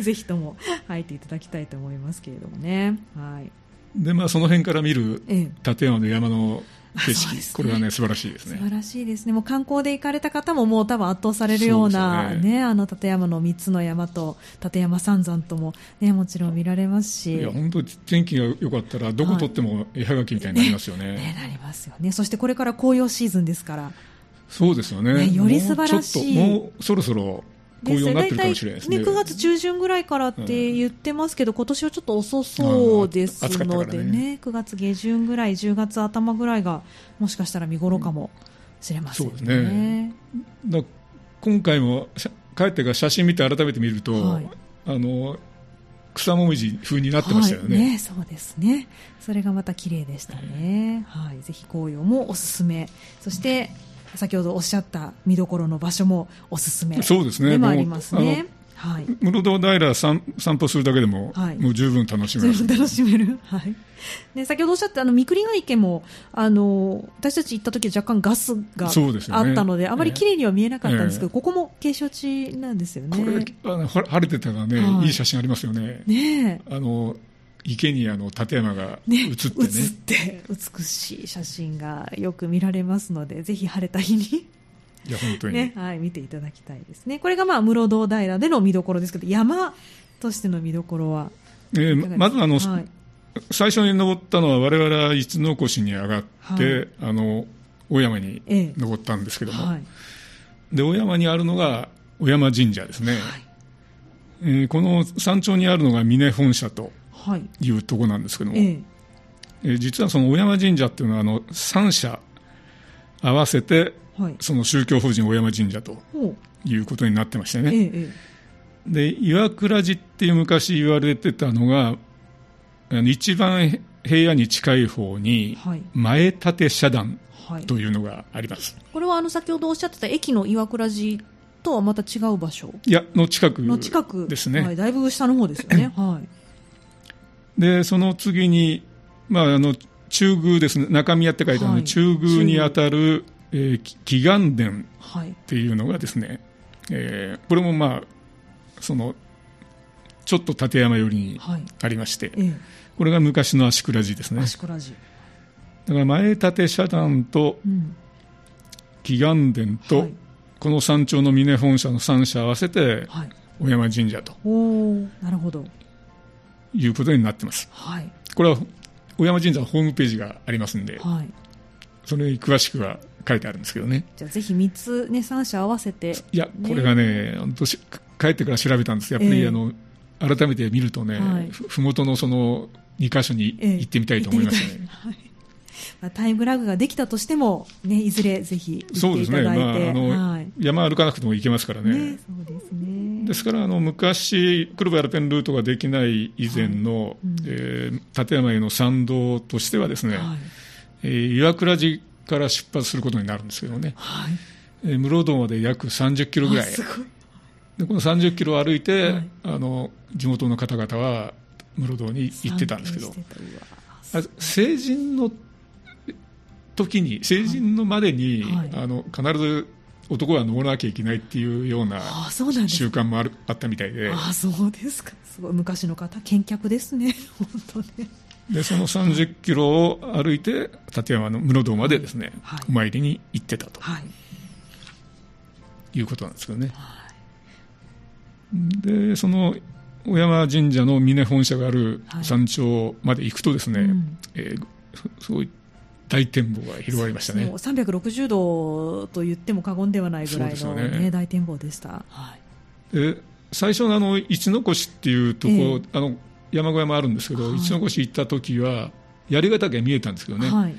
A: ぜひとも入っていただきたいと思いますけれどもね。はい。
B: でまあその辺から見る
A: ええ
B: 立山の山の景
A: あそう
B: 色、
A: ですね
B: これはね素晴らしいです
A: 素
B: ね
A: 晴らしいですね。もう観光で行かれた方ももう多分圧倒されるような
B: そう
A: ね、
B: ですね
A: あの立山の三つの山と立山三山ともね、もちろん見られますし。
B: いや本当天気が良かったらどこ撮っても絵はがきみたいになりますよね
A: ね、なりますよね。そしてこれから紅葉シーズンですから。
B: そうですよね。
A: ねより素晴らしい
B: もうちょっともうそろそろ紅葉になってるかもしれないですね。
A: ね、9月中旬ぐらいからって言ってますけど、今年はちょっと遅そうです
B: うん暑かった
A: の
B: から
A: で
B: ね
A: ね、9月下旬ぐらい、10月頭ぐらいが、もしかしたら見頃かもしれませんね。
B: そうですねだ今回もしゃ帰ってから写真見て改めて見ると、
A: はい
B: あの草もみじ風になってましたよね。
A: はい、ねそうですねそれがまた綺麗でしたね、はい、ぜひ紅葉もおすすめそして先ほどおっしゃった見どころの場所もおすすめ
B: そうですね
A: でもあ
B: もう
A: りますねはい
B: 室堂平散散歩するだけでも、
A: はい
B: もう十分楽しめ
A: 十
B: ます
A: 分。 楽しめる、はい、で先ほどおっしゃったあの三栗ヶ池もあの私たち行った時は若干ガスが
B: そうです
A: あ
B: よね
A: ったのであまり綺麗には見えなかったんですけど、
B: え
A: ここも景勝地なんですよね。
B: これあの晴晴れてたらね、
A: はい
B: い、い写真ありますよね。
A: ねえ
B: あの池にあの立山が
A: ね、
B: 映ってね。
A: 写って美しい写真がよく見られますのでぜひ晴れた日に、
B: いや本当に。
A: ねはい、見ていただきたいですねこれがまあ室堂平での見どころですけど山としての見どころは
B: えー
A: いかがですか
B: まずあの、
A: はい
B: 最初に登ったのは我々は一の越に上がって、
A: はい
B: あの大山に
A: ええ
B: 登ったんですけども、
A: はい
B: で大山にあるのが小山神社ですね、
A: はい
B: えーこの山頂にあるのが峰本社と
A: はい
B: いうとこなんですけども、
A: ええ
B: えー実はその小山神社っていうのはあの3社合わせて
A: はい
B: その宗教法人小山神社と
A: ほう
B: いうことになってましてね、
A: ええええ
B: で岩倉寺っていう昔言われてたのがあの一番平野に近い方に
A: はい
B: 前立社団
A: はい
B: というのがあります、
A: これはあの先ほどおっしゃってた駅の岩倉寺とはまた違う場所
B: い、やの近く
A: の近く
B: ですね、
A: はい、だいぶ下の方ですよ ねはい
B: でその次に、まあ、あの中宮ですね中宮って書いてある、
A: はい
B: 中宮にあたる、えー、き祈願殿
A: はい
B: っていうのがですね、えーこれもまあそのちょっと立山寄りに
A: はい
B: ありまして、
A: ええ
B: これが昔の足倉寺ですね
A: 足倉寺
B: だから前立社団と
A: うん
B: 祈願殿と、
A: はい
B: この山頂の峰本社の3社合わせて
A: はい
B: 小山神社と
A: おおなるほど
B: いうことになってます
A: はい
B: これは小山神社のホームページがありますんで
A: はい
B: それに詳しくは書いてあるんですけどね
A: じゃあぜひ3つね3社合わせて
B: いや
A: ね
B: これがね本当し帰ってから調べたんですやっぱり、
A: ええ
B: あの改めて見るとね、
A: はい
B: ふふもとのその2箇所に
A: ええ
B: 行ってみたいと思いました
A: 行ってみ
B: ね、
A: たいはいまあタイムラグができたとしても、ね、いずれぜひ行
B: そ
A: っ
B: う
A: て
B: で
A: いた
B: すね、
A: だい
B: まああ
A: て、
B: の
A: はい
B: 山歩かなくても行けますからね、
A: ね、そうですね。
B: ですからあの昔、黒部アルペンルートができない以前の、
A: うん
B: えー立山への参道としては、ですね、
A: はい、
B: えー岩倉寺から出発することになるんですけどね、
A: はい、
B: えー室堂まで約30キロぐらい
A: あ、すごい、
B: でこの30キロを歩い
A: は
B: て、
A: い
B: あの地元の方々は室堂に行ってたんですけど
A: 散、歩してた
B: あ成人の時に、成人のまでに、
A: はい
B: あの必ず男は登らなきゃいけないっていうような
A: うわあ、そうなんです
B: 習慣もあるあったみたいで。
A: あ、そうですか。すごい昔の方、健脚ですね。 本当ね。
B: でその30キロを歩いて立山の室堂までですね、
A: はい
B: お参りに行ってたと
A: はい。
B: いうことなんですけどね
A: はい
B: でその小山神社の峰本社がある
A: はい
B: 山頂まで行くとですね、
A: うん
B: えーすすごい大展望が広がりましたね
A: もう360度と言っても過言ではないぐらい
B: そ
A: の、
B: うですよ
A: ね
B: ね
A: 大展望でした、はい
B: で最初のあの一の越っていうとこ、
A: ええ
B: あの山小屋もあるんですけど、
A: はい
B: 一の越行った時は槍ヶ岳が見えたんですけどね、
A: はい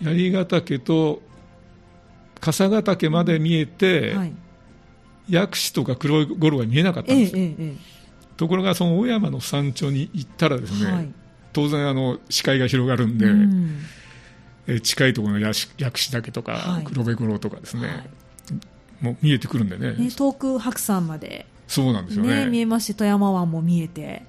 B: 槍ヶ岳と笠ヶ岳まで見えて、
A: はい、
B: 薬師とか黒いゴロが見えなかったん
A: え
B: で
A: え
B: すよ、
A: ええ
B: ところがその小山の山頂に行ったらです
A: ええ
B: ね、
A: はい
B: 当然あの視界が広がるんで、
A: うん
B: えー近いところの薬師薬師岳とか、
A: はい
B: 黒部五郎とかですね、
A: はい
B: もう見えてくるんでね
A: ね、遠く白山まで、
B: そうなんですよ
A: ね
B: ね
A: 見えますし富山湾も見えて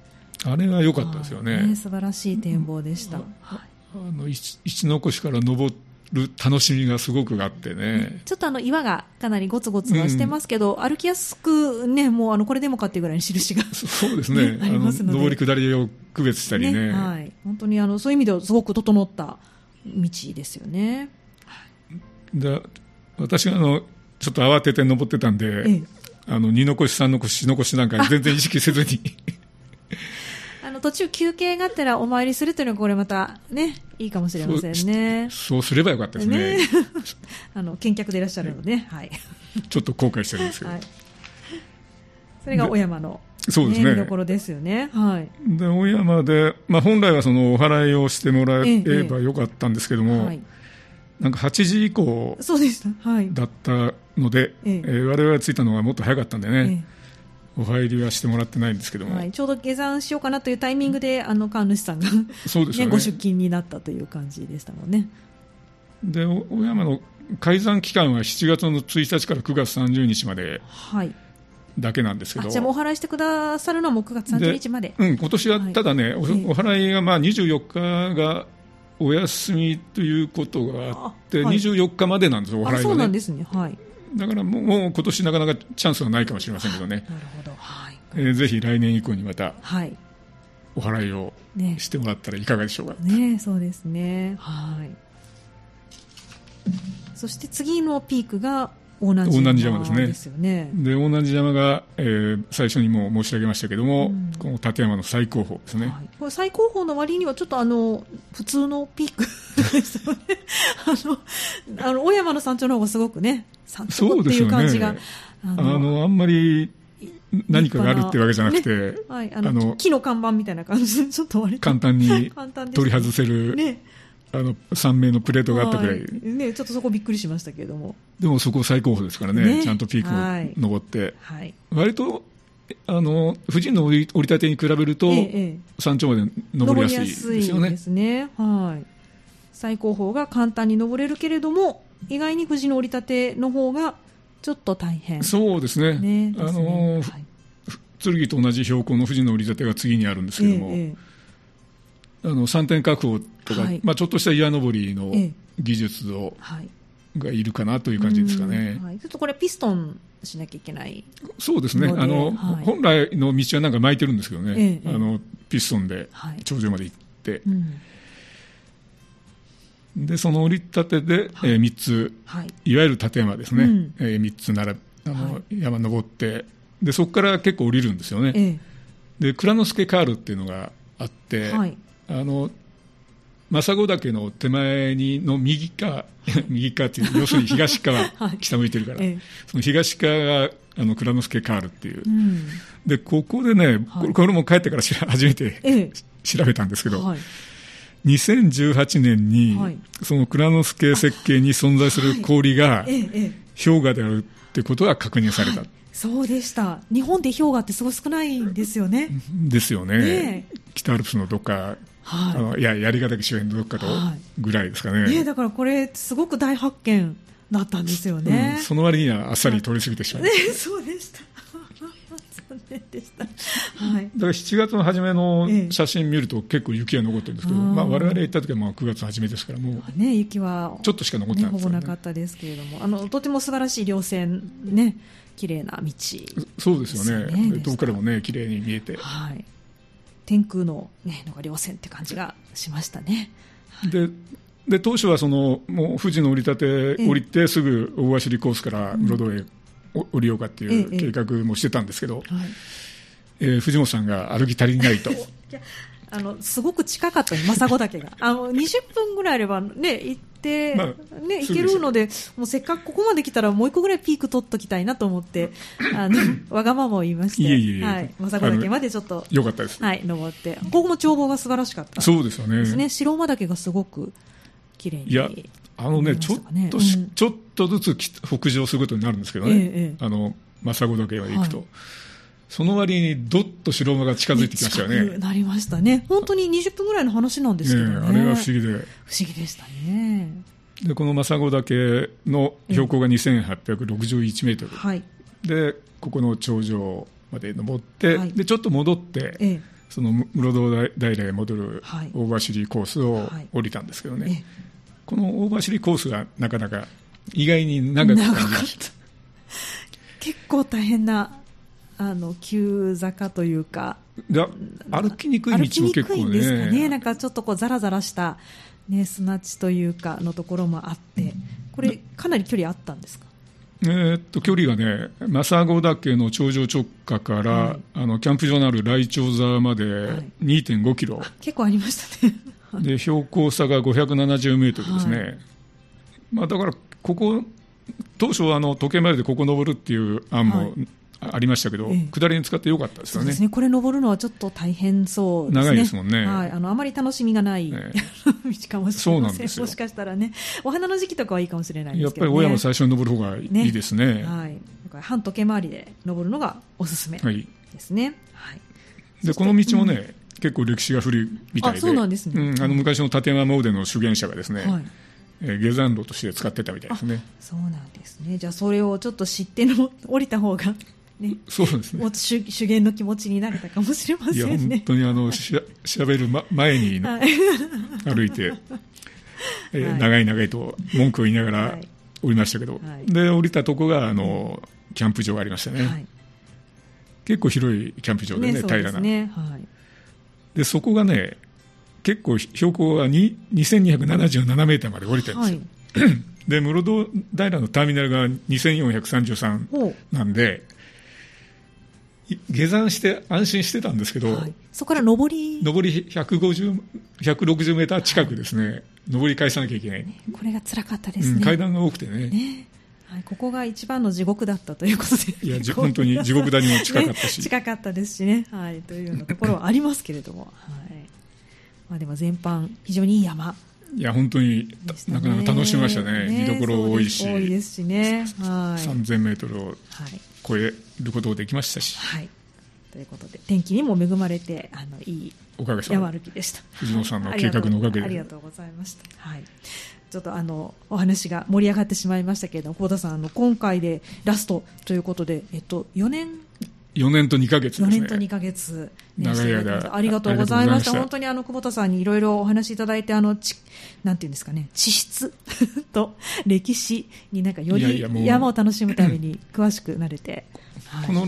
B: あれは良かったですよね,、
A: はい素晴らしい展望でした、はい
B: あの一一の越から登る楽しみがすごくあってね、
A: ちょっとあの岩がかなりゴツゴツはしてますけど、歩きやすくねもうあのこれでもかっていうぐらいの印が
B: そうですね
A: ねあ
B: あ
A: り
B: の
A: ますので
B: 上り下りを区別したりね
A: はい、本当にあのそういう意味ではすごく整った道ですよね、
B: で私があのちょっと慌てて登ってたんで、
A: ええ
B: あの二の腰三の腰四の腰なんか全然意識せずに
A: あの途中休憩があったらお参りするというのがこれまたねいいかもしれませんね
B: そうすればよかったですね
A: ね あの見客でいらっしゃるので、ね、はい、
B: ちょっと後悔してるんですけど、
A: はい、それが小山の、
B: そうですね
A: 見どころですよねはい
B: で大山で、まあ、本来はそのお祓いをしてもら
A: え
B: え
A: え
B: ればよかったんですけども、
A: はい、
B: なんか8時以降
A: そうでしたはい
B: だったので、
A: ええ
B: えー我々が着いたのがもっと早かったんでね、
A: え
B: お入りはしてもらってないんですけど
A: え
B: も、
A: はい、ちょうど下山しようかなというタイミングであの神主さんが、ね
B: そうですよね
A: ご出勤になったという感じでしたもんね
B: でお大山の開山期間は7月の1日から9月30日まで
A: はい
B: だけなんですけ
A: あ
B: ど
A: じゃあもうお祓いしてくださるのはもう9月30日まで
B: うん、今年はただね、お
A: はい
B: お祓いがまあ24日がお休みということがあって、
A: あはい
B: 24日までなんですよ、お
A: あ
B: 祓い
A: そうな
B: は
A: ん
B: ね。
A: ですねはい
B: だからもうもう今年なかなかチャンスはないかもしれませんけどね、
A: なるほどはい、
B: えーぜひ来年以降にまた
A: はい
B: お祓いを
A: ね
B: してもらったらいかがでしょうか。
A: ねそうですねはいそして次のピークが大難寺
B: 大難寺山ですね
A: ですよね。
B: で大南寺山が、えー最初にもう申し上げましたけども、
A: うん
B: この立山の最高峰ですね、
A: はい、これ最高峰の割にはちょっとあの普通のピーク ですよね。あのあの大山の山頂の方がすごくね山頂っていう感じが、
B: あのあんまり何かがあるってわけじゃなくて、
A: はい、あの
B: あの
A: 木の看板みたいな感じでち ょっと割と
B: 簡単に
A: 簡単です
B: 取り外せる、
A: ね
B: あの3名のプレートがあったぐらい、
A: はいねちょっとそこびっくりしましたけれども
B: でもそこ最高峰ですからね
A: ね
B: ちゃんとピ
A: は
B: ー
A: い
B: クを登って、
A: はい
B: 割とあの富士の折り折り立てに比べると、
A: ええええ
B: 山頂まで登りやすいです
A: 登り
B: よ
A: やす
B: ね
A: いですねはい最高峰が簡単に登れるけれども意外に富士の折り立ての方がちょっと大変
B: そうですね
A: ね
B: あ
A: です
B: の、
A: ねはい
B: 剣と同じ標高の富士の折り立てが次にあるんですけども、
A: えええ
B: あの三点確保とか、
A: はい
B: まあ、ちょっとした岩登りの
A: ええ
B: 技術を
A: え、はい
B: がいるかなという感じですかね
A: うん、はい、ちょっとこれはピストンしなきゃいけない
B: そうですね
A: ので
B: あの、
A: はい
B: 本来の道はなんか巻いてるんですけどね、
A: ええ
B: あのピストンで
A: はい、
B: 頂上まで行って
A: う、ん
B: でその折り立てで、
A: はい
B: え3つ、
A: はい
B: いわゆる立山ですね、
A: うん
B: え3つ並べあの、
A: は
B: 山登って、でそこから結構降りるんですよね、
A: え
B: で蔵之介カールっていうのがあって、
A: えはい
B: あの政子岳の手前にの右か 右かっていう要するに東側、
A: はい
B: 北向いてるから、
A: ええ
B: その東側があの蔵之介カールっていう、
A: うん
B: でここでね、
A: はい
B: これこれも帰ってから知ら初めて
A: ええ
B: 調べたんですけど、
A: はい
B: 2018年に、
A: はい
B: その蔵之介設計に存在する氷が
A: ええええ
B: 氷河であるってことが確認された
A: はい、そうでした日本で氷河ってすごい少ないんですよね、
B: んですよね、
A: ねえ
B: 北アルプスのどっか、あ
A: は
B: のいや槍ヶ岳周辺のどっかと
A: はい
B: ぐらいですか
A: い、ねだからこれすごく大発見だったんですよね、
B: うんその割にはあっさり通り過ぎてしまう、
A: ね そうでした残念でしたはい
B: だから7月の初めの
A: ええ
B: 写真見ると結構雪が残ってるんですけど、
A: うん
B: まあ、我々行った時はまあ9月初めですからもう
A: ね、雪は
B: ちょっとしか残って
A: ね、
B: ない
A: ほ
B: です
A: ぼ
B: よね
A: なかったですけれども、あのとても素晴らしい稜線、ね、綺麗な道、
B: そうですよね
A: ですよね
B: 遠くからもね綺麗に見えて
A: はい、天空の、ね、のが稜線って感じがしましたね。
B: でで当初はそのもう富士の折り立
A: ええ
B: て降りてすぐ大走りコースからブロードウェイお降りようかっていう
A: ええ
B: 計画もしてたんですけど、
A: はい、
B: えー藤本さんが歩き足りないと
A: あのすごく近かったね、政子岳 が。あの20分ぐらいあれば、ね、行って、
B: まあ
A: ね、
B: す
A: 行
B: ぐ
A: けるので、もうせっかくここまで来たら、もう一個ぐらいピーク取っときたいなと思 って、あのわがままを言いまして、
B: いえいえいえ
A: はい、政子岳までちょっと、
B: よかったです、
A: はい、登って、ここも眺望が素晴らしかった
B: そうですよね
A: ですね、白馬岳がすごく綺麗に。
B: いやあの
A: 見
B: ね
A: えま
B: ちょ
A: し
B: った
A: かね
B: とし、
A: うん
B: ちょっとずつき北上することになるんですけど
A: え
B: ね、
A: えええ
B: あの政子岳まで行くと、
A: はい
B: その割にどっと白馬が近づいてきましたよ
A: 近く
B: ね
A: なりましたね。本当に20分ぐらいの話なんですけどね。
B: ねあれが不思議で
A: 不思議でしたね。
B: でこの政子岳の標高が2861メートル、
A: はい。
B: でここの頂上まで登って、
A: はい
B: でちょっと戻って、
A: ええ。
B: その室堂平へ戻る
A: はい
B: 大走りコースを
A: はい
B: 降りたんですけどね、
A: ええ
B: この大走りコースがなかなか意外に長く感じま
A: 長かっ
B: した
A: 結構大変な、あの、急坂というか、
B: いや歩きにくい
A: 歩き
B: 道も
A: に
B: 結
A: くい
B: 構
A: んですかね。
B: ね
A: なんかちょっとこう、ザラザラした、ね、砂地というか、のところもあって、これ、かなり距離あったんですか
B: えーっと距離がね政子岳の頂上直下から、
A: はい
B: あのキャンプ場のある来鳥沢まで
A: はい
B: 2 5キロ、
A: 結構ありましたね。
B: で標高差が570メートルですね、
A: は
B: まあ、だからここ、当初はあの時計回りでここ登るっていう案
A: は
B: も
A: い
B: ありましたけど、
A: ええ
B: 下りに使ってよかったです
A: そ
B: よ
A: うで
B: ね
A: す。ね。これ登るのはちょっと大変そうですね。
B: 長いですもんね
A: はい。あの、あまり楽しみがない、
B: え
A: 道かもし
B: そ
A: れ
B: う
A: ま
B: なん
A: せん。
B: ですよ
A: もしかしたらね。お花の時期とかはいいかもしれないで
B: やっ
A: すけ
B: ぱ
A: ど、
B: り
A: ね。
B: 大山最初に登る方がいいですね。
A: はい。だから半時計回りで登るのがおすすめ
B: はい、
A: ですね。はい。
B: でこの道もね、結構歴史が古いみたいで
A: あそうなんですね
B: うんあの昔の立山詣の修験者がですね、
A: はい。
B: えー下山路として使ってたみたいですね。
A: そうなんですね。じゃあ、それをちょっと知っての、降りた方が、ね、
B: そうです
A: も
B: ね
A: っと修修験の気持ちになれたかもしれま
B: いや
A: せん
B: 本
A: ね。
B: 当にあのしゃ調べる、ま、前に
A: はい。
B: 歩い て、えー
A: はい
B: 長い長いと文句を言いなが
A: は
B: ら
A: い
B: 降りましたけど、
A: はい
B: で降りたとこがあのキャンプ場がありましたね、
A: はい。
B: 結構広いキャンプ場でね
A: ね、そう
B: 平
A: で
B: ら
A: す
B: な
A: ね。はい。
B: でそこがね結構標高がに2277メーターまで降りてるんで
A: は
B: すよ、
A: い。
B: で室堂平のターミナルが2433
A: ほう
B: なんでい下山して安心してたんですけど、
A: はい、そこから上り、
B: 上り150 160メーター近くですね、上り返さなきゃいけない、
A: これが辛かったで
B: う
A: すね。
B: ん階段が多くてね、
A: ねはい、ここが一番の地獄だったということで、
B: いやじ本当に地獄谷も近かったし
A: ね近かったですしね、はい、というようなところはありますけれども、はいまあ、でも全般、非常にいい山
B: いや本当にた
A: でしたね、
B: なかなか楽しめましたね、見どころ多いし、
A: そうです多いですしね、はい
B: 3000メートルを
A: はい
B: 超えることができましたし、
A: はい、ということで、天気にも恵まれて、あのいい
B: おかげさま
A: 山
B: で
A: 歩きでした。
B: 藤野さんの計画のおかげ
A: ありが
B: で、
A: とうございました。はい。ちょっとあのお話が盛り上がってしまいましたけれども、久保田さんあの今回でラストということで、えっと4年
B: 4年と2ヶ月
A: 4
B: です
A: 年と
B: ね
A: 2。ヶ月、
B: 長い間
A: してただきましたありがとうございました。
B: ありがとうございました
A: 本当にあの久保田さんにいろいろお話しいただいてあのちなんていうんですかね、地質 と歴史になんかよ
B: いやいやもう
A: り山を楽しむために詳しくなれて、はい
B: この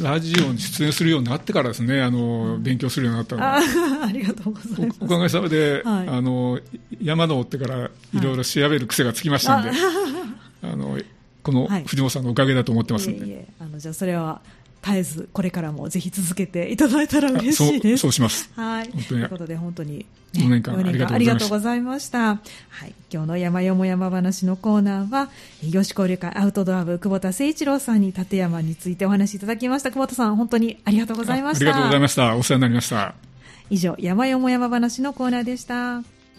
B: ララジオに出演するようになってからですね、あの勉強するようになったの
A: あ
B: は、
A: ーありがとうございます
B: おお。かげさまで、
A: はい
B: あの山登ってからいろいろ調べる癖がつきましたんで、あのこの
A: はい
B: 藤本さんのおかげだと思ってますんで、
A: いえいえあのじゃあそれは絶えずこれからもぜひ続けていただいたら嬉
B: あそ
A: しいうです
B: そうします。
A: はい
B: 本当
A: とい
B: に
A: うことで本当に、
B: 4年間
A: 4
B: ありがとう
A: ご
B: ご
A: ざいましたはい、今日の山よも山話のコーナーは吉交流会アウトドア部久保田誠一郎さんに立山についてお話しいただきました久保田さん本当にありがとうございました
B: あありがとうございました。お世話になりました。
A: 以上山よも山話のコーナーでした